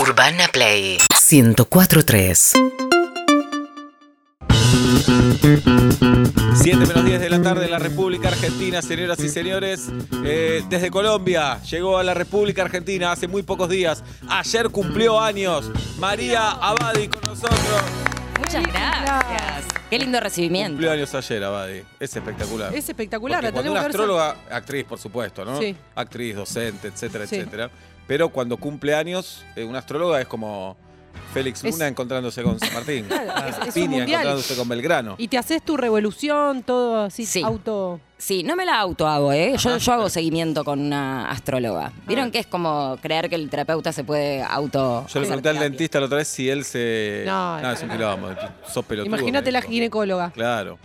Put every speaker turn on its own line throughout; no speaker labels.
Urbana Play 1043.
7 menos 10 de la tarde en la República Argentina, señoras y señores. Eh, desde Colombia llegó a la República Argentina hace muy pocos días. Ayer cumplió años. María Abadi con nosotros.
Muchas gracias. Qué lindo recibimiento.
Cumplió años ayer, Abadi. Es espectacular.
Es espectacular,
Porque
la
cuando
tenemos
una
que ver-
astróloga, actriz, por supuesto, ¿no?
Sí.
Actriz, docente, etcétera,
Sí.
etcétera. Pero cuando cumple años, eh, una astróloga es como Félix
Es-
Luna encontrándose con San Martín.
Claro, es- es un
Piña
mundial.
encontrándose con Belgrano.
Y te haces tu revolución, todo así,
Sí.
auto.
Sí, no me la auto hago, ¿eh? Yo, yo hago seguimiento con una astróloga.
Ah.
¿Vieron que es como creer que el terapeuta se puede auto.
Yo le
hacer
pregunté al
terapia?
dentista la otra vez si él se.
No,
es un quilombo. Sos pelotudo.
Imagínate
me
la
dijo.
ginecóloga.
Claro.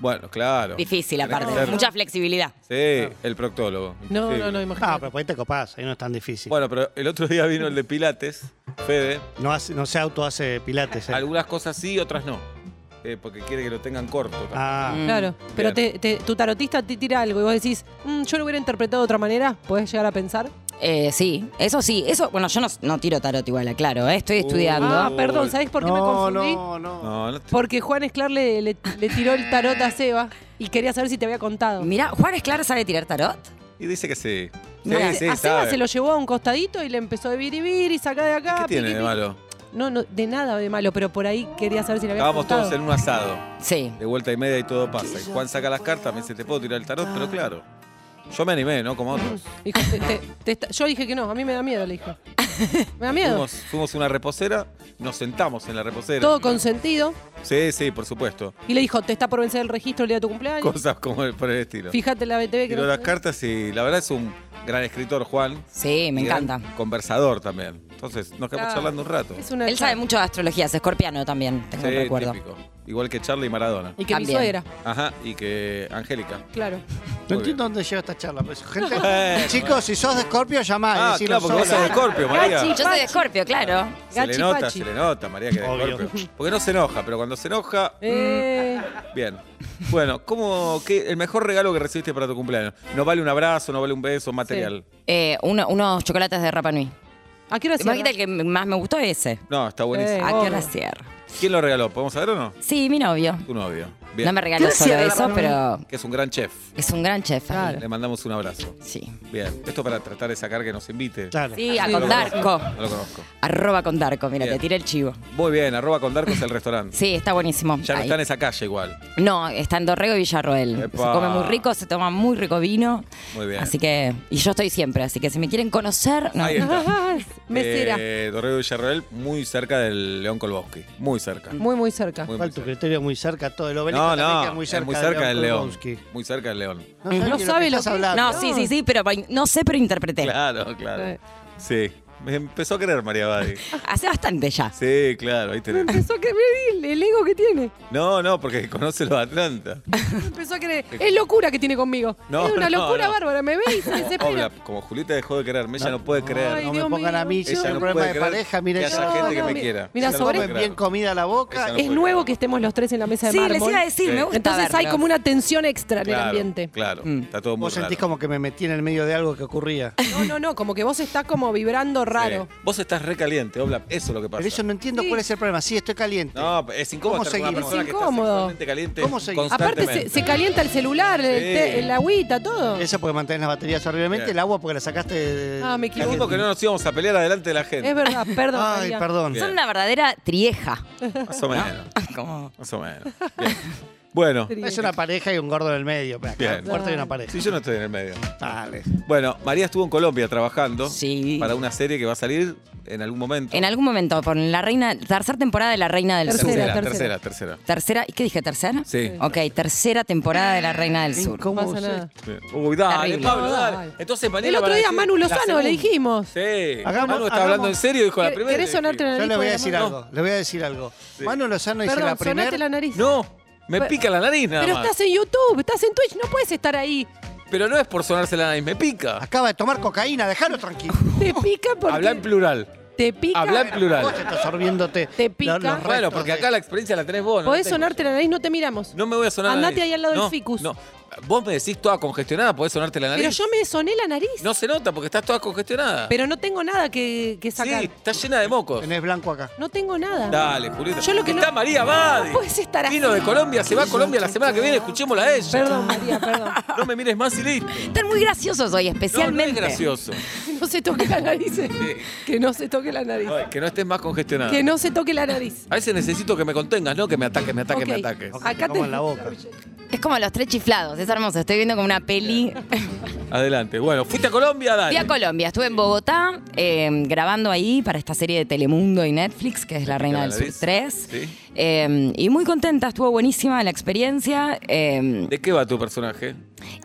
Bueno, claro.
Difícil,
Tenés que
aparte.
ser-
Mucha flexibilidad.
Sí, el proctólogo.
No,
Sí. Ah,
no, no, imagínate.
No, pero por ahí te copás, ahí no es tan difícil.
Bueno, pero el otro día vino el de Pilates, Fede.
No, hace- no se auto hace pilates. eh.
Algunas cosas sí, otras no. Eh, porque quiere que lo tengan corto.
Mm.
mm,
Ah,
Claro, pero te- te- tu tarotista te tira algo y vos decís, "Mm, yo lo hubiera interpretado de otra manera, podés llegar a pensar.
Eh, sí, eso sí. Eso, bueno, yo no, no tiro tarot igual, claro. ¿eh? Estoy
Uh.
Ah,
estudiando.
perdón, ¿sabés por qué me
no,
confundí?
no, no,
No, no te-
Porque Juan Esclar le, le- le tiró el tarot a Seba y quería saber si te había contado.
Mirá, ¿Juárez Clara sabe tirar tarot?
Y dice que sí. Sí,
No, a-
sí,
a Seba
sabe.
se lo llevó a un costadito y le empezó a vivir y sacar de acá.
¿Qué tiene de
piqui,
malo?
piqui. No, no, de nada de malo, pero por ahí quería saber si le había
Estábamos
contado.
todos en un asado,
Sí.
de vuelta y media y todo pasa. Y Juan saca las cartas, me dice, ¿te puedo tirar el tarot?
Ah.
Pero claro. Yo me animé, ¿no? Como otros.
Dijo, te- te- te está- yo dije que no, a mí me da miedo, le dije. Me da miedo.
Fuimos, fuimos a una reposera, nos sentamos en la reposera.
Todo consentido.
Sí, sí, por supuesto.
Y le dijo, te está por vencer el registro el día de tu cumpleaños.
Cosas como el- por el estilo.
Fíjate la BTV que
Tiró
no-
las cartas y la verdad es un gran escritor, Juan.
Sí, me
y gran
encanta.
Conversador también. Entonces, nos quedamos
Claro.
charlando un rato.
Es una
Él sabe mucho de astrología, es escorpiano también, tengo
Sí,
un recuerdo.
típico. Igual que Charlie y Maradona.
Y que mi
También.
suegra,
Ajá, y que Angélica.
claro.
No entiendo dónde lleva esta charla. pero gente-
Bueno.
chicos, si sos de Scorpio, llamá. y
Ah,
decilo
claro, porque vos
sola.
sos de Scorpio, María.
Gachi.
Yo soy de escorpio, claro.
Se
Gachi
le nota,
Pachi.
se le nota, María, que es de
Obvio.
Scorpio. Porque no se enoja, pero cuando se enoja,
Eh,
bien. Bueno, ¿cómo, qué, el mejor regalo que recibiste para tu cumpleaños? ¿No vale un abrazo, no vale un beso, material?
Eh, uno- unos chocolates de Rapa Nui.
¿A qué hora cierra?
Imagínate el que más me gustó ese.
No, está buenísimo.
¿A qué hora
obvio.
cierra?
¿Quién lo regaló? ¿Podemos saber o no?
Sí, mi novio.
Tu novio.
No me regaló solo eso, pero
Que es un gran chef.
es un gran chef. ahí.
Le mandamos un abrazo.
Sí.
Bien, esto para tratar de sacar que nos invite.
Dale.
Sí, a
Sí,
Ah, con
lo
Darko.
No lo conozco.
Arroba con Darko, mira,
Bien.
te tiré el chivo.
Muy bien, arroba con Darcos el restaurante.
Sí, está buenísimo.
Ya no
Ahí.
está en esa calle igual.
No, está en Dorrego y Villarroel.
Epa.
Se come muy rico, se toma muy rico vino.
Muy bien.
Así que, y yo estoy siempre, así que si me quieren conocer, no.
Ahí está.
Ah, mesera.
Eh, Dorrego Villarroel, muy cerca del León Kolbowski. Muy
Mm.
cerca.
Muy, muy cerca.
Muy, muy
Igual tu
cerca.
criterio muy cerca, todo el obelisco
No,
también queda
no,
muy
es
cerca,
muy cerca del León.
Kolbowski.
Muy cerca del León.
No sabes
No
ni
sabe
lo que
lo
estás
que-
hablando.
No, sí, sí, sí, pero no sé, pero interpreté.
Claro, claro. Sí. Me empezó a querer María Badi.
Hace bastante ya.
Sí, claro, ahí
Me
tenés.
empezó a querer el ego que tiene.
No, no, porque conoce los Atlanta.
Me empezó a querer. Es locura que tiene conmigo.
No,
es una
no,
locura
no.
bárbara. Me ve y se
Obla,
desespera.
como Julieta dejó de quererme, ella no, puede creer.
Ay,
no
Dios
me pongan
mío.
a mí, yo
Ella
soy
no
un problema
puede
de
creer
pareja, mira
que
yo.
haya gente que me
mi-
quiera.
mira,
Ella no
sobre-
puede
comen
creer.
bien comida a la boca.
Esa no
Es
puede
nuevo
creer.
que estemos los tres en la mesa de
Sí, les
mármol.
iba a decir,
Sí.
me gusta.
Entonces hay
verlo.
como una tensión extra en el
Claro,
ambiente.
Claro,
Mm.
está todo muy
Vos sentís
raro.
como que me metí en el medio de algo que ocurría.
No, no, no, como que vos estás como vibrando raro.
Sí. Vos estás recaliente, Obla. Eso es lo que pasa.
Pero yo no entiendo
Sí.
cuál es el problema. Sí, estoy caliente.
No, es incómodo
¿Cómo
estar con una
seguimos?
persona
Es
que está
incómodo.
sexualmente caliente
¿Cómo seguimos?
Aparte se,
constantemente.
se calienta el celular, el,
Sí.
té, el agüita, todo.
Eso porque mantenés las baterías horriblemente,
Bien.
el agua porque la sacaste de...
Ah, me
Ya
equivoco.
dijo que no nos íbamos a pelear adelante de la gente.
Es verdad, perdón.
Ay,
María.
perdón.
Bien.
Son una verdadera trieja.
Más o menos.
Como-
Más o menos. Bien. Bueno,
Sí.
Es una pareja y un gordo en el medio. pero Acá
Bien.
en Puerto hay una pareja.
si yo no estoy en el medio.
Dale.
Bueno, María estuvo en Colombia trabajando
Sí.
para una serie que va a salir en algún momento.
En algún momento, por la reina, tercera temporada de La Reina del
Tercera,
tercera,
Sur.
tercera,
tercera.
tercera.
Tercera, ¿y qué dije? ¿Tercera?
Sí.
Ok, tercera temporada de La Reina del Sur.
¿Cómo
pasa nada.
Bien. Uy, dale,
Terrible.
Pablo, dale.
Ay.
Entonces, mañana
El otro
van a
día
decir
Manu
la
Lozano le
segunda.
dijos.
Sí.
Hagamos-
Manu está
hagamos-
hablando en serio, dijo la
¿Quer-
primera.
¿Querés sonarte la
Yo
nariz?
le voy a
con
decir
la mano?
algo, le voy a decir algo. Mano Lozano dice la
Perdón,
primera.
sonate la nariz.
No, me
Pero-
pica la nariz nada
Pero
más.
estás en YouTube, estás en Twitch, no puedes estar ahí.
Pero no es por sonarse la nariz, me pica.
Acaba de tomar cocaína, déjalo tranquilo.
Te pica porque
Habla en plural.
te pica.
Habla en
Vos
plural.
estás sorbiéndote.
Te pica.
lo- los
Bueno,
restos
porque
de-
acá la experiencia la tenés vos. no la
eh. Podés
tengo
sonarte
yo.
la nariz, no te miramos.
No me voy a sonar la
Andate
nariz.
ahí al lado del
No,
ficus.
No, Vos me decís toda congestionada, podés sonarte la nariz.
Pero yo me soné la nariz.
No se nota porque estás toda congestionada.
Pero no tengo nada que, que sacar.
sí, estás llena de mocos.
Tenés blanco acá.
No tengo nada.
Dale, Julieta.
Yo lo que
Está
no-
María Badi.
No puedes estar así.
Vino de Colombia, se va a Colombia la semana que viene, escuchémosla a ella.
Perdón, María, perdón.
No me mires más y listo.
Están muy graciosos hoy,
No, no
especialmente.
es gracioso.
Que no se toque la nariz. eh. Que no se toque la nariz.
Ay, que no estés más congestionada.
Que no se toque la nariz.
A veces necesito que me contengas, ¿no? Que me ataques, me ataques,
Ok.
me ataques.
Ok,
Acá
como
te- Ah,
en la boca.
Es como los tres chiflados, es hermoso. Estoy viendo como una peli.
Adelante. Bueno, fuiste a Colombia, dale.
Fui a Colombia, estuve en Bogotá eh, grabando ahí para esta serie de Telemundo y Netflix, que es La Reina del Sur
nariz.
3.
Sí.
Eh, y muy contenta, estuvo buenísima la experiencia. eh,
¿De qué va tu personaje?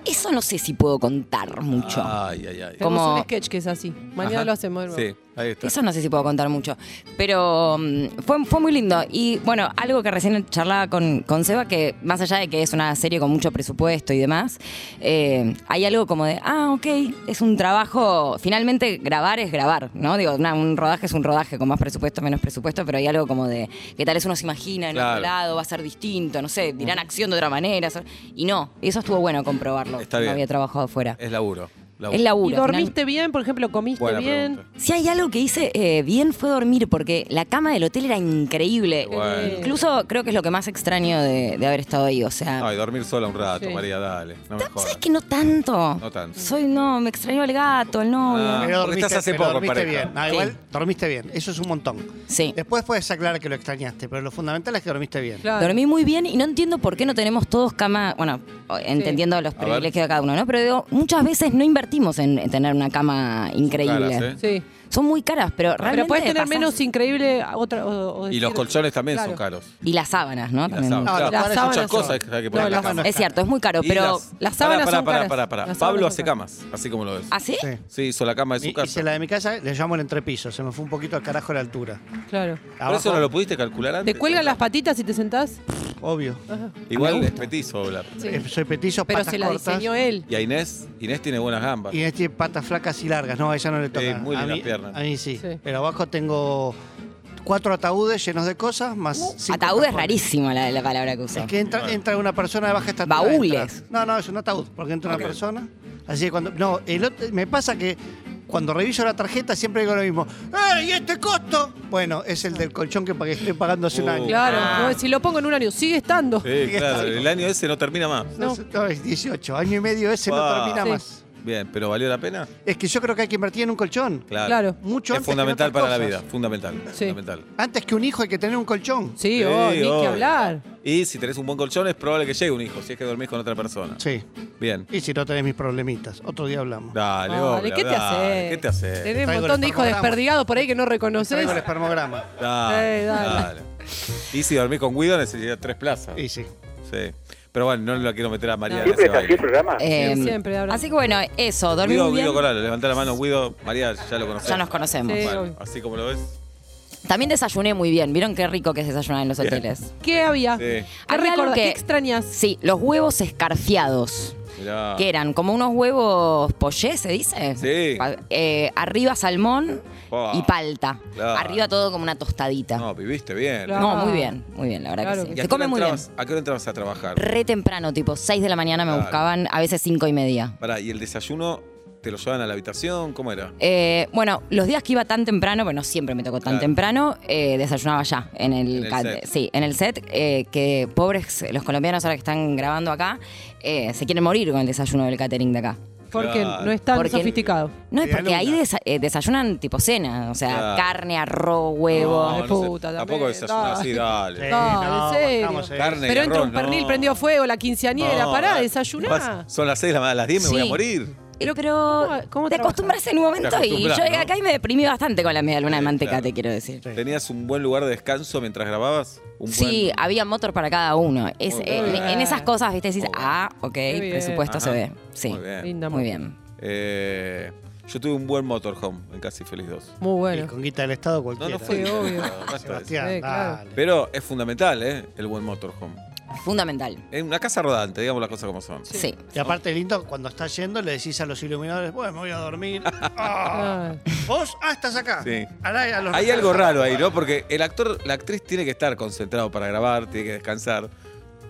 eso no sé si puedo contar mucho.
Ay, ay, ay.
Tenemos
Como-
un sketch que es así. Mañana
Ajá.
lo hacemos. de nuevo.
Sí, ahí está.
Eso no sé si puedo contar mucho, pero mm, fue, fue muy lindo. Y bueno, algo que recién charlaba con, con Seba, que más allá de que es una serie con mucho presupuesto y demás, eh, hay algo como de, ah, ok, es un trabajo, finalmente grabar es grabar, ¿no? Digo, na, un rodaje es un rodaje, con más presupuesto, menos presupuesto, pero hay algo como de, que tal vez uno se imagina en
Claro.
otro lado, va a ser distinto, no sé, dirán acción de otra manera. so- Y no, y eso estuvo bueno comprobarlo,
Está
no
bien.
había trabajado afuera.
Es laburo. laburo.
Es
¿Y
laburo. Uh, final-
dormiste bien? Por ejemplo, ¿comiste
Buena
bien?
pregunta.
si hay algo que hice eh, bien fue dormir, porque la cama del hotel era
Eh,
increíble.
Bueno.
Incluso creo que es lo que más extraño de, de haber estado ahí. O sea,
Ay, dormir sola un rato,
Sí.
María, dale. No me jodas.
¿sabes que no tanto?
No tanto.
Soy, no, me extrañó el gato, el novio.
Ah, porque
Pero dormiste,
estás hace
pero
poco en
dormiste
pareja.
bien. No,
Sí.
Igual dormiste bien. Eso es un montón.
Sí.
Después puedes aclarar que lo extrañaste, pero lo fundamental es que dormiste bien.
Claro.
Dormí muy bien y no entiendo por qué no tenemos todos cama, bueno, o- entendiendo los
A ver.
privilegios de cada uno, ¿no? Pero digo, muchas veces no invertimos en, en tener una cama increíble.
Caras, ¿eh?
Sí.
Son muy caras, pero realmente
Pero puedes tener
pasás-
menos increíble a otra. o- o
Y
decir-
los colchones también son
Claro.
caros.
Y las sábanas,
Ah,
¿no?
Y las
También.
sábanas.
No,
Claro,
las
hay
sábanas
muchas
son-
cosas que hay que poner
No,
en la
las-
cama.
Es cierto, es muy caro, pero...
las sábanas
para,
son
para,
caras.
Para, para,
Las
Pablo
sábanas
hace
son caras.
camas, así como lo ves.
¿Ah, sí?
Sí.
Sí, hizo la cama de
Y,
su
y
casa.
se la de mi casa le llamo el entrepiso, se me fue un poquito al carajo la altura.
Claro.
¿Por eso
Abajo,
no lo pudiste calcular antes?
Te cuelgan las patitas y te sentás.
Obvio.
Igual es petizo hablar.
Eh, Soy petizo,
Pero
patas
se la
cortas.
diseñó él.
Y a Inés, Inés tiene buenas gambas.
Y este patas flacas y largas. No, a ella no le toca.
Sí, muy
a,
lindas
mí,
piernas.
a mí sí.
Sí.
Pero abajo tengo cuatro ataúdes llenos de cosas, más.
Uh,
cinco
Ataúd es
cajones.
rarísima la, la palabra que usó.
Es que entra, entra una persona de baja estatura.
Baúles.
entra. No, no, es un ataúd, porque entra
Ok.
una persona. Así que cuando. No, el otro- me pasa que cuando reviso la tarjeta siempre digo lo mismo. ¡Ey, este costo! Bueno, es el del colchón que pagué- estoy pagando hace un
Uh.
año.
Claro.
Ah.
Como Si lo pongo en un año, sigue estando.
Sí, claro, el año ese no termina más.
No, no, es 18, año y medio ese
Wow.
no termina
Sí.
más.
Bien, pero ¿valió la pena?
Es que yo creo que hay que invertir en un colchón.
Claro.
Claro.
Mucho
Es
antes que en
fundamental
otras
para la vida,
cosas.
fundamental.
Sí.
fundamental.
Antes que un hijo hay que tener un colchón.
Sí,
Sí,
oh, ni que
obvio.
hablar.
Y si tenés un buen colchón, es probable que llegue un hijo, si es que dormís con otra persona.
Sí.
Bien.
Y si no tenés mis problemitas, otro día hablamos.
Dale,
Vale,
obla,
¿qué te
dale,
hace?
¿Qué te hace?
Tenés un
Traigo
montón
el
de hijos
espermograma.
desperdigados por ahí que no reconoces.
Traigo el espermograma.
Dale,
Eh, dale.
dale. Y si dormís con Guido, necesitas tres plazas.
Y sí.
Sí. Pero bueno, no la quiero meter a María. en
¿Siempre
ese
es así el
baile.
programa?
Eh,
Sí, siempre habla.
Así que bueno, eso, dormí
Guido,
muy bien.
Guido Coralo, levanta la mano, Guido. María, ya lo conocés.
ya nos conocemos.
Sí.
Bueno, así como lo ves.
También desayuné muy bien. ¿Vieron qué rico que es desayunar en los
Bien.
hoteles?
¿Qué había?
Sí.
¿Qué
Había algo
recordás?
que-
¿Qué extrañas?
Sí, los huevos escarfiados,
Mirá.
que eran como unos huevos pollé, ¿se dice?
Sí.
Pa- eh, arriba salmón
Oh.
y palta.
Claro.
Arriba todo como una tostadita. No,
No, viviste bien.
Claro.
muy bien, muy bien, la verdad
Claro
que
que
¿Y
sí.
a
Se
qué
come
hora
muy bien.
entrabas- ¿A qué hora entrabas a trabajar?
Re temprano, tipo 6 de la mañana me
Claro.
buscaban, a veces 5 y media.
Pará, ¿y el desayuno te lo llevan a la habitación? ¿Cómo era?
Eh, bueno, los días que iba tan temprano, bueno, siempre me tocó tan
Claro.
temprano, eh, desayunaba ya en el,
En el
cal-
set.
Sí, en el set, eh, que pobres los colombianos ahora que están grabando acá, eh, se quieren morir con el desayuno del catering de acá.
Porque
Claro.
no es tan
Porque-
sofisticado.
No, es
Media
porque ahí
luna.
desa- eh, desayunan tipo cena, o sea,
Claro.
carne, arroz, huevo.
No,
de
no
puta, también,
Tampoco desayunaba así, dale.
dale.
Sí,
No, en serio.
bancamos, eh.
Carne.
Pero
y
entra
arroz,
un pernil
no.
prendido a fuego, la quinceañera,
No,
pará,
dale.
desayuná.
Vas- Son las 6 de la mañana, a las 10 me voy a
Sí.
morir.
Eh, Pero
¿Cómo- cómo
te
trabajas?
acostumbras en un
Te
momento y yo
acostumbras,
llegué
¿no?
acá y me deprimí bastante con la media luna de
Sí,
manteca,
claro.
te quiero decir.
Sí.
¿Tenías un buen lugar de descanso mientras grababas? Un
Sí,
buen-
había motor para cada uno. Es-
Muy
en,
bien.
en esas cosas, viste, decís,
Muy bien.
ah, ok,
bien.
presupuesto se
Ajá.
ve. Sí,
Muy bien.
Linda,
muy
muy
bien.
Eh, yo tuve un buen motorhome en Casi Feliz 2.
Muy
Y
bueno.
con guita del Estado
No,
cualquiera.
no fue.
Sí,
bien, no,
obvio.
basta de eso.
Sebastián,
Sí, claro.
dale.
Pero es fundamental, ¿eh? El buen motorhome.
Fundamental.
Es una casa rodante, digamos las cosas como son.
Sí.
Y aparte, lindo, cuando estás yendo, le decís a los iluminadores, bueno, me voy a dormir. Ah.
Ah,
Vos, ah, estás acá.
Sí.
A la- a los-
Hay algo raro ahí, ¿no? Porque el actor, la actriz tiene que estar concentrado para grabar, tiene que descansar.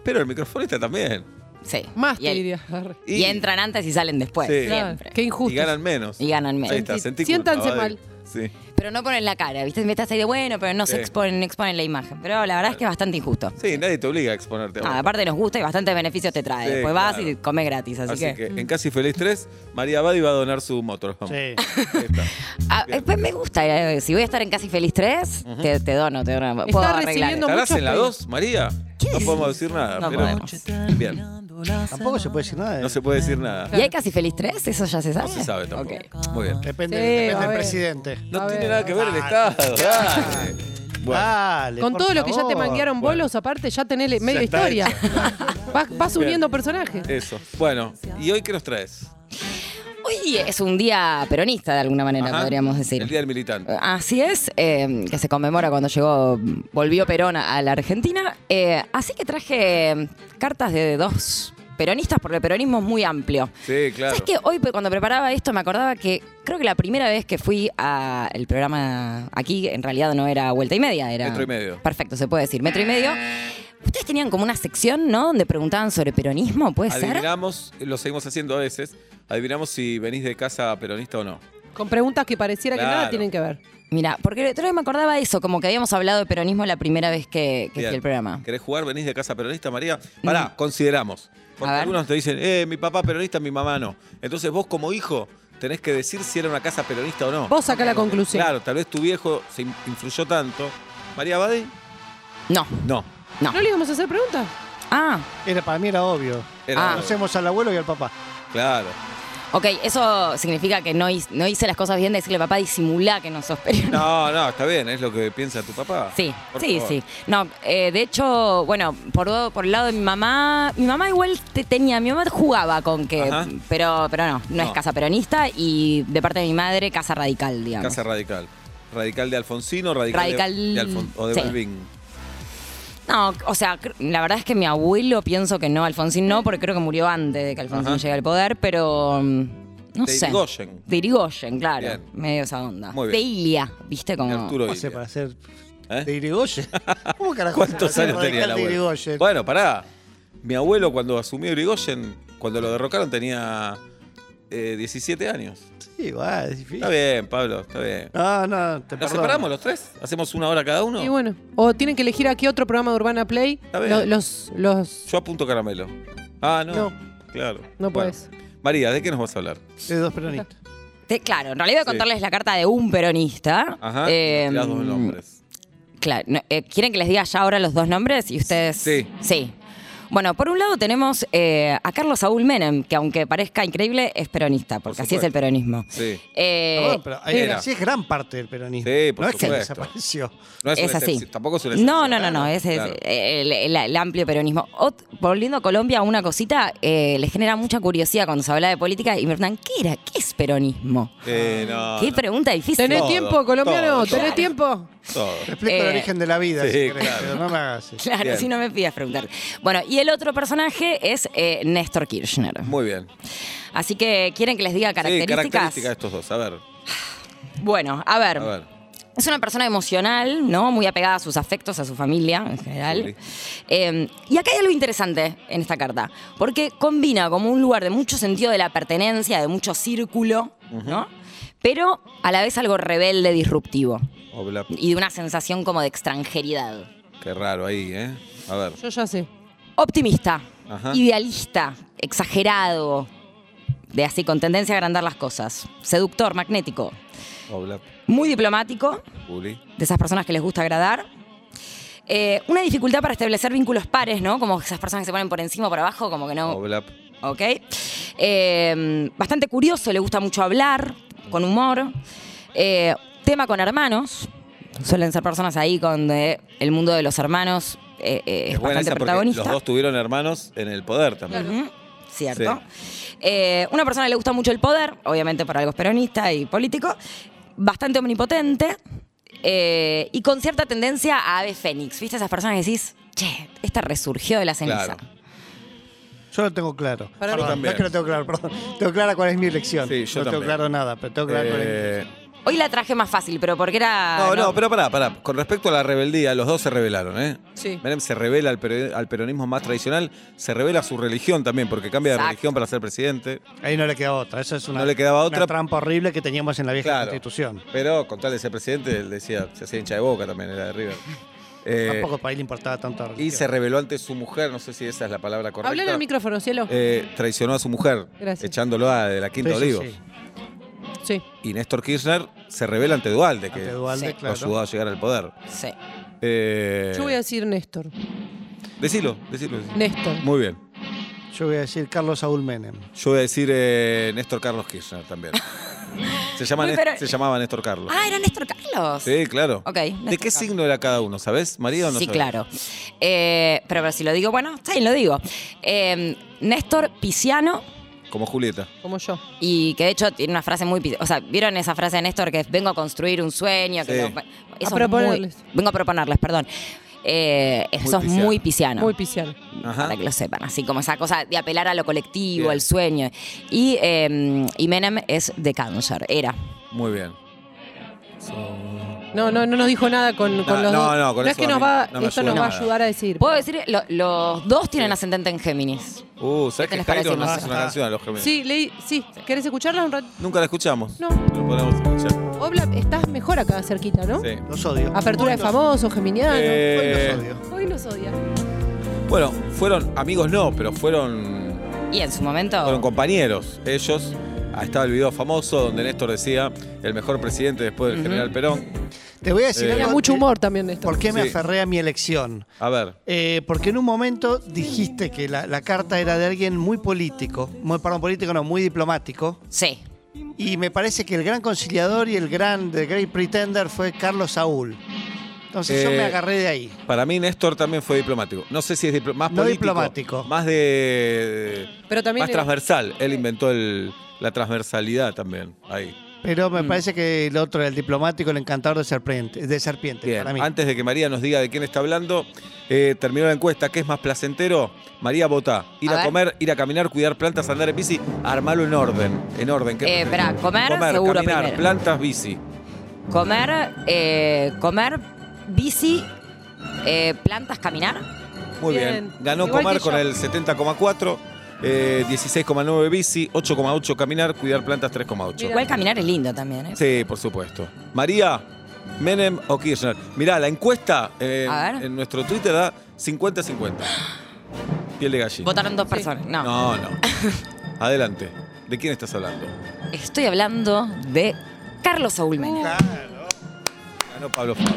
Pero el microfonista también.
Sí.
Más
y,
te
el-
diría.
y entran antes y salen después.
Sí.
Claro,
Siempre.
Qué injusto.
Y ganan menos.
Y ganan menos.
Ahí está, sentí
Siéntanse
culpa, Abadi.
mal.
Sí.
Pero no ponen la cara, ¿viste? Me estás ahí de bueno, pero no se
Sí.
exponen, no exponen la imagen. Pero la verdad es que es bastante injusto.
Sí, nadie te obliga a exponerte. a
Ah,
vos.
aparte nos gusta y bastantes beneficios te trae.
Sí,
Después vas
claro.
y comes gratis, así, que...
en Casi Feliz 3, María Abadi va a donar su motor.
Sí.
Ahí está.
Ah, eh, pues me gusta, eh, si voy a estar en Casi Feliz 3, te, te dono, te dono. Puedo arreglar.
recibiendo-
¿Estarás
muchos
en la
pedos.
2, María? No podemos decir nada.
No
pero-
podemos.
Bien,
Tampoco se puede decir nada. ¿eh? de-
no se puede decir nada.
¿Y hay Casi Feliz 3? ¿Eso ya se sabe?
No se sabe tampoco.
Ok.
Muy bien.
Depende,
Sí,
depende
a
del
ver.
presidente.
No
A
tiene
ver.
nada que ver el
Dale.
Estado. dale. Bueno,
Dale,
Con
por
todo lo que ya te
favor.
manguearon
Bueno.
bolos, aparte ya tenés le-
Ya
media
está
historia. vas, vas
Bien. Eh,
uniendo personajes.
eso. Bueno, ¿y hoy qué nos traes?
Hoy es un día peronista, de alguna manera,
Ajá.
podríamos
El
decir. Ah.
Día del Militante.
Así es, eh, que se conmemora cuando llegó, volvió Perón a a la Argentina. Eh, así que traje mm, cartas de dos peronistas, porque el peronismo es muy amplio.
Sí, claro.
¿Sabes que hoy pe- cuando preparaba esto me acordaba que creo que la primera vez que fui al programa aquí, en realidad no era vuelta y media, era.
Metro y medio.
Perfecto, se puede decir. Metro y medio. Ustedes tenían como una sección, ¿no? Donde preguntaban sobre peronismo, ¿puede ser?
Adivinamos, lo seguimos haciendo a veces, adivinamos si venís de casa peronista o no.
Con preguntas que pareciera que
Claro.
nada tienen que ver.
Mira, porque otra vez me acordaba eso, como que habíamos hablado de peronismo la primera vez que, que fui
Bien.
al programa.
¿Querés jugar? ¿Venís de casa peronista, María? Pará, consideramos. Porque
Mm. A ver.
algunos te dicen, eh, mi papá peronista, mi mamá no. Entonces vos como hijo tenés que decir si era una casa peronista o no.
Vos saca la conclusión.
Claro, tal vez tu viejo se in- influyó tanto. María Abadi,
No.
no.
¿No le íbamos a hacer preguntas?
Ah,
Era, para mí era obvio.
Era
Ah.
algo.
Conocemos al abuelo y al papá.
Claro.
ok, eso significa que no, hi- no hice las cosas bien de decirle, papá, disimula que no sos peronista.
No, no, está bien, es lo que piensa tu papá.
Sí,
Por
sí,
favor.
sí. No, eh, de hecho, bueno, por, do- por el lado de mi mamá, mi mamá igual te tenía, mi mamá jugaba con que,
Ajá.
pero pero no, no, es
No.
casa peronista y de parte de mi madre, casa radical, digamos.
Casa radical. Radical de Alfonsino, radical, de,
Radical-
de Alfon- o de
sí.
Balvin.
No, o sea, cr- la verdad es que mi abuelo pienso que no, Alfonsín no, porque creo que murió antes de que Alfonsín
Ajá.
llegue al poder, pero mm, no
de
sé.
Irigoyen.
De Irigoyen, claro.
Bien.
Medio esa onda.
Muy
De
bien.
Ilia, ¿viste? Como.
Arturo
No sé,
Illia.
para ser
¿Eh?
de Irigoyen. ¿Cómo carajo?
¿Cuántos
se va a
años
hacer
tenía el
radical de
abuelo?
Irigoyen?
Bueno, pará. Mi abuelo cuando asumió Irigoyen, cuando lo derrocaron tenía eh, 17 años.
Sí, va, es difícil.
Está bien, Pablo, está bien.
No, no, te
¿Nos
perdono.
separamos los tres? ¿Hacemos una hora cada uno?
Y bueno, o tienen que elegir aquí otro programa de Urbana Play.
Está bien.
Lo- Los, los,
Yo apunto caramelo. Ah, no. Claro.
no
Bueno.
puedes.
María, ¿de qué nos vas a hablar?
De dos peronistas.
Te- claro, en realidad voy a
Sí.
contarles la carta de un peronista.
Ajá.
Eh,
tirás dos nombres.
Claro, no, eh, ¿quieren que les diga ya ahora los dos nombres y ustedes?
Sí.
Sí. Bueno, por un lado tenemos eh, a Carlos Saúl Menem, que aunque parezca increíble, es peronista, porque así es
supuesto.
el peronismo.
Sí.
Eh,
Perdón, pero ahí
era.
sí es gran parte del peronismo.
Sí, por
no es que
supuesto.
desapareció.
No
es
una
así.
excepción, Tampoco es una
no,
excepción.
no, no, no, ese es eh,
Claro.
el, el- el amplio peronismo. Ot- volviendo a Colombia, una cosita eh, les genera mucha curiosidad cuando se habla de política y me preguntan, ¿qué era? ¿Qué es peronismo?
Eh, no,
Qué
no,
pregunta difícil.
¿Tenés
Todo,
tiempo, colombiano?
todo,
¿Tenés
todo.
tiempo?
todo.
Te explico
Eh,
el origen de la vida,
sí,
si querés,
claro.
pero no me hagas eso.
Claro,
Bien.
si no me pidas preguntar. Bueno, y el otro personaje es eh, Néstor Kirchner.
Muy bien.
Así que, ¿quieren que les diga
Sí,
características?
características de estos dos. A ver,
Bueno, a ver,
a ver.
es una persona emocional, ¿no? Muy apegada a sus afectos, a su familia en general. Eh, y acá hay algo interesante en esta carta, porque combina como un lugar de mucho sentido de la pertenencia, de mucho círculo, ¿no? Pero a la vez algo rebelde, disruptivo
Obla-
y de una sensación como de extranjeridad.
Qué raro ahí, ¿eh? A ver.
Yo ya sé.
Optimista,
Ajá.
idealista, exagerado, de así con tendencia a agrandar las cosas, seductor, magnético,
Obla.
muy diplomático,
Juli.
de esas personas que les gusta agradar. Eh, una dificultad para establecer vínculos pares, ¿no? Como esas personas que se ponen por encima o por abajo, como que no.
Obla.
¿Ok? Eh, bastante curioso, le gusta mucho hablar, con humor. Eh, tema con hermanos. Suelen ser personas ahí donde el mundo de los hermanos eh, eh, es,
Es buena
bastante
esa porque los
protagonista.
dos tuvieron hermanos en el poder también.
Ujú, Cierto. Eh, una persona que le gusta mucho el poder, obviamente por algo es peronista y político, bastante omnipotente eh, y con cierta tendencia a ave fénix. ¿Viste esas personas que decís, che, esta resurgió de la ceniza?
Claro.
Yo lo tengo claro.
Para
Perdón,
mí
no es que lo tengo claro, perdón. Tengo clara cuál es mi elección.
Sí, yo
no
también.
tengo claro nada, pero tengo claro cuál es mi
Eh,
Hoy la traje más fácil, pero porque era.
No, no, pero pará, pará. Con respecto a la rebeldía, los dos se rebelaron, ¿eh?
Sí.
Menem se revela al, peri- al peronismo más tradicional, se revela su religión también, porque cambia de
Exacto.
religión para ser presidente.
Ahí no le quedaba otra. Esa es una,
No le quedaba
una
otra.
trampa horrible que teníamos en la vieja
Claro.
constitución.
Pero con tal de ser presidente, él decía, se hacía hincha de boca también, era de River. Eh,
Tampoco para él le importaba tanto. la
y
religión.
se rebeló ante su mujer, no sé si esa es la palabra correcta.
Hablale al micrófono, cielo.
Eh, traicionó a su mujer,
Gracias.
echándolo a de la Quinta
Sí, sí,
Olivos.
sí.
Sí.
Y Néstor Kirchner se revela ante Dualde, que
Ante Duhalde,
Sí.
lo
claro.
ayudó a llegar al poder.
Sí.
Eh,
Yo voy a decir Néstor.
Decilo, decilo. decilo.
Néstor.
Muy bien.
Yo voy a decir Carlos Saúl Menem.
Yo voy a decir eh, Néstor Carlos Kirchner también. se, llama
Uy,
Nés-
pero-
se llamaba Néstor Carlos.
Ah, era Néstor Carlos.
Sí, claro.
Ok.
¿De qué signo era cada uno? ¿Sabes? ¿María o no
sí,
sabés?
claro. Eh, pero, pero si lo digo, bueno, está bien, lo digo. Eh, Néstor Pisciano,
Como Julieta.
Como yo.
y que de hecho tiene una frase muy. pis- O sea, ¿vieron esa frase de Néstor que es, vengo a construir un sueño? Que
Sí.
lo- eso es muy-
proponerles.
vengo a proponerles, perdón. Eh, eso es
pisciano.
muy pisciano.
Muy pisiano.
Ajá.
Para que lo sepan, así como esa cosa de apelar a lo colectivo,
Bien.
al sueño. Y, eh, y Menem es de cáncer, era.
Muy bien.
No, no, no nos dijo nada con, con los
no,
dos.
no, con
no
eso
es que
a
nos
mí
va,
no me
esto
ayuda
nos va a
nada.
ayudar a decir.
Puedo decir, lo- los dos tienen ascendente en Géminis.
Uh, ¿sabes
¿Qué
que
les parece?
Jairo nos
No
hace
sé.
una canción a los gemelos?
Sí, leí, sí. ¿Querés escucharla un rato?
Nunca la escuchamos.
No.
Lo podemos escuchar.
Obla, estás mejor acá cerquita, ¿no?
Sí.
Los odio.
Apertura de
Hoy los-
famoso, geminiano.
Eh,
Hoy los odio.
Hoy los odia.
bueno, fueron amigos no, pero fueron
Y en su momento.
Fueron compañeros. Ellos, ahí estaba el video famoso donde Néstor decía, el mejor presidente después del general Perón.
Te voy a
Eh,
decir algo
Tenía mucho
de-
humor también Néstor.
¿Por qué me
Sí.
aferré a mi elección?
A ver,
Eh, porque en un momento dijiste que la, la carta era de alguien muy político, muy, perdón, político no, muy diplomático,
Sí.
y me parece que el gran conciliador y el gran the Great Pretender fue Carlos Saúl. Entonces yo
Eh,
me agarré de ahí.
para mí Néstor también fue diplomático. No sé si es diplo- más
No
político,
diplomático.
Más de...
Pero también
más transversal. Él inventó el- la transversalidad también. Ahí.
Pero
mm.
me parece que el otro, el diplomático, el encantador de serpiente, de serpiente
Bien.
para mí.
Antes de que María nos diga de quién está hablando, eh, terminó la encuesta. ¿Qué es más placentero? María vota. Ir
A
a,
ver.
comer, ir a caminar, cuidar plantas, andar en bici, armarlo en orden. En orden. ¿Qué preferís?
Eh, esperá, comer, seguro
caminar,
primero.
plantas, bici.
Comer, eh, comer, bici, eh, plantas, caminar.
Muy bien.
Bien.
Ganó
Igual
Comar
que
con
yo.
el 70,4, eh, 16,9 bici, 8,8 caminar, cuidar plantas 3,8.
Igual caminar es lindo también, ¿eh?
Sí, por supuesto. María, Menem o Kirchner. Mirá, la encuesta eh,
A ver.
en nuestro Twitter da 50-50. Piel de gallina.
Votaron dos personas. No.
No, no. Adelante. ¿De quién estás hablando?
Estoy hablando de Carlos Saúl Menem.
Ganó Pablo Fabra.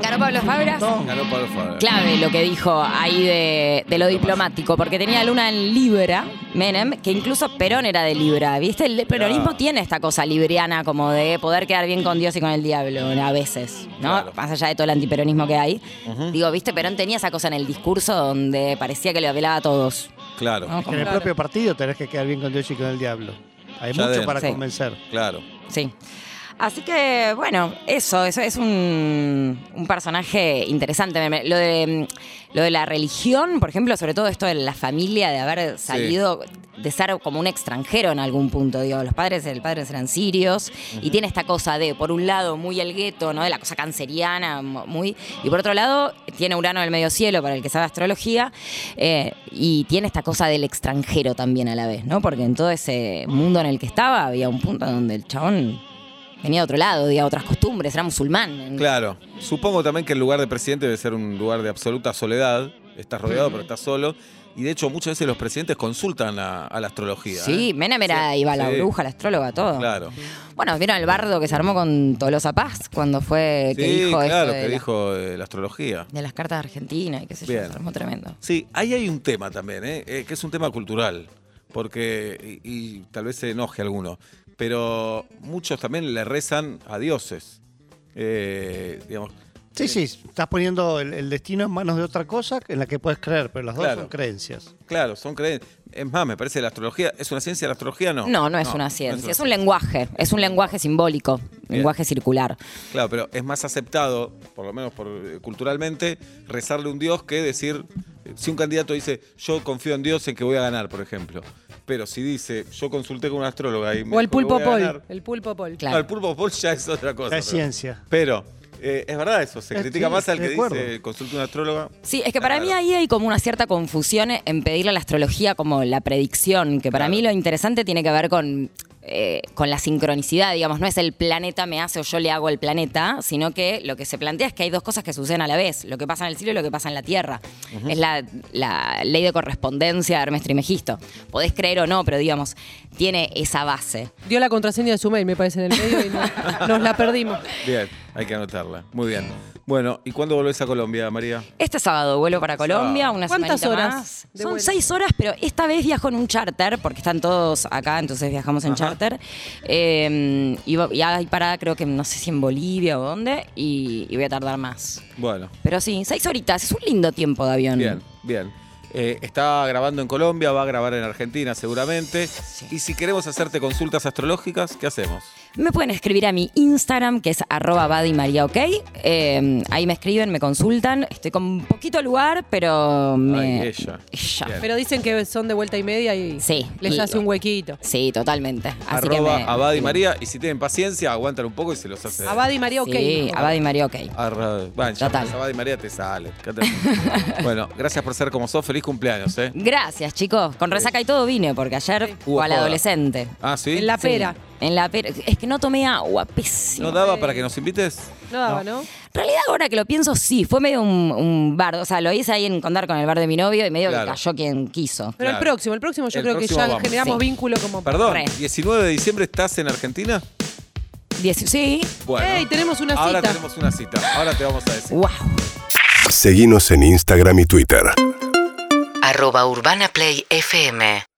Ganó Pablo Fabras.
Ganó Pablo Fabra.
Clave lo que dijo ahí de, de lo diplomático, porque tenía luna en Libra, Menem, que incluso Perón era de Libra, ¿viste? El peronismo
Claro.
tiene esta cosa libriana como de poder quedar bien con Dios y con el diablo a veces, ¿no?
Claro.
Más allá de todo el antiperonismo que hay.
Ujú.
Digo, ¿viste? Perón tenía esa cosa en el discurso donde parecía que le apelaba a todos.
Claro,
¿no?
Que en
Como-
el
Claro.
propio partido tenés que quedar bien con Dios y con el diablo. Hay
Ya
mucho
de-
para
Sí.
convencer.
claro.
Sí. Así que, bueno, eso, eso es un, un personaje interesante. Me- me- Lo de, mm, lo de la religión, por ejemplo, sobre todo esto de la familia, de haber salido, de ser como un extranjero en algún punto. Digo, los padres, el padres eran sirios y tiene esta cosa de, por un lado, muy el gueto, ¿no? De la cosa canceriana, mo- muy. Y por otro lado, tiene Urano en el medio cielo, para el que sabe astrología, eh, y tiene esta cosa del extranjero también a la vez, ¿no? Porque en todo ese mundo en el que estaba había un punto donde el chabón venía de otro lado, de otras costumbres, era musulmán.
Claro. Supongo también que el lugar de presidente debe ser un lugar de absoluta soledad. Estás rodeado, pero estás solo. Y de hecho, muchas veces los presidentes consultan a, a la astrología.
Sí,
¿eh?
Menem era,
Sí,
iba a la
sí.
bruja, la astróloga, todo.
Claro.
Bueno, ¿vieron el bardo que se armó con Tolosa Paz cuando fue que
sí,
dijo
claro,
esto de,
que
la-
dijo eh, la astrología.
de las cartas de Argentina y qué sé yo,
Bien.
se armó tremendo.
Sí, ahí hay un tema también, ¿eh? Eh, que es un tema cultural, porque, y, y tal vez se enoje alguno, pero muchos también le rezan a dioses. Eh, digamos,
Sí, sí, estás poniendo el, el destino en manos de otra cosa en la que puedes creer, pero las dos
Claro.
son creencias.
claro, son creencias. Es más, me parece que la astrología, ¿es una ciencia la astrología? No,
No, no, es una ciencia, es un lenguaje, es un lenguaje simbólico, lenguaje circular.
Claro, pero es más aceptado, por lo menos por, eh, culturalmente, rezarle a un dios que decir, eh, si un candidato dice, yo confío en Dios en que voy a ganar, por ejemplo, pero si dice, yo consulté con un astróloga y me
O el
dijo que voy
pulpo
a
pol.
ganar",
El pulpo pol.
Claro.
No, el pulpo pol ya es otra cosa.
Es
pero-
ciencia.
Pero eh, es verdad eso, se
Eh,
critica
sí,
más al
de
que
acuerdo.
dice, consulta un astróloga.
Sí, es que para
Claro.
mí ahí hay como una cierta confusión en pedirle a la astrología como la predicción, que para
Claro.
mí lo interesante tiene que ver con, eh, con la sincronicidad, digamos, no es el planeta me hace o yo le hago al planeta, sino que lo que se plantea es que hay dos cosas que suceden a la vez, lo que pasa en el cielo y lo que pasa en la tierra. Es la, la ley de correspondencia de Hermes Trimegisto. Podés creer o no, pero digamos, tiene esa base.
Dio la contraseña de su mail, me parece, en el medio y no- nos la perdimos.
Bien, hay que anotarla. Muy bien. Bueno, ¿y cuándo volvés a Colombia, María?
Este sábado vuelo para Colombia,
Sábado.
una
¿Cuántas
semanita
horas
más.
de
Son
vuelo?
seis horas, pero esta vez viajo en un charter, porque están todos acá, entonces viajamos en charter. Eh, y, vo- y hay parada, creo que no sé si en Bolivia o dónde, y, y voy a tardar más.
Bueno,
Pero sí, seis horitas, es un lindo tiempo de avión.
bien, bien. Eh, está grabando en Colombia, va a grabar en Argentina seguramente. Y si queremos hacerte consultas astrológicas, ¿qué hacemos?
Me pueden escribir a mi Instagram, que es arroba badymariaok. Eh, ahí me escriben, me consultan. Estoy con poquito lugar, pero me.
Ay, ella.
Ella.
Bien.
Pero dicen que son de vuelta y media y
Sí,
les
y-
hace un huequito.
Sí, totalmente. Así que
Arroba
me-
Abad y María. Y si tienen paciencia, aguantan un poco y se los hace.
Abad y María, ok.
Sí,
mejor.
Abad y María, ok.
Arra- Bueno, ya
Total.
pones Abad y María te sale. ¿Qué te- bueno, gracias por ser como sos. Feliz cumpleaños, ¿eh?
Gracias, chicos. Con resaca y todo vine, porque ayer
Hubo
o al
joda.
adolescente.
Ah, ¿sí?
En la
Sí,
pera.
En la pera. Es que no tomé agua, pésimo.
¿No daba para que nos invites?
No daba, ¿no?
En realidad, ahora que lo pienso, sí, fue medio un, un bar. O sea, lo hice ahí en contar con el bar de mi novio y medio
Claro.
que cayó quien quiso.
Pero
Claro.
el próximo, el próximo yo
El
creo
próximo
que ya
vamos.
generamos
Sí.
vínculo como...
Perdón,
Re.
19 de diciembre estás en Argentina.
Dieci- sí,
Bueno.
¡Ey, tenemos una
Ahora
cita!
tenemos una cita. Ahora te vamos a decir.
wow.
Seguinos en Instagram y Twitter.
Arroba Urbana Play FM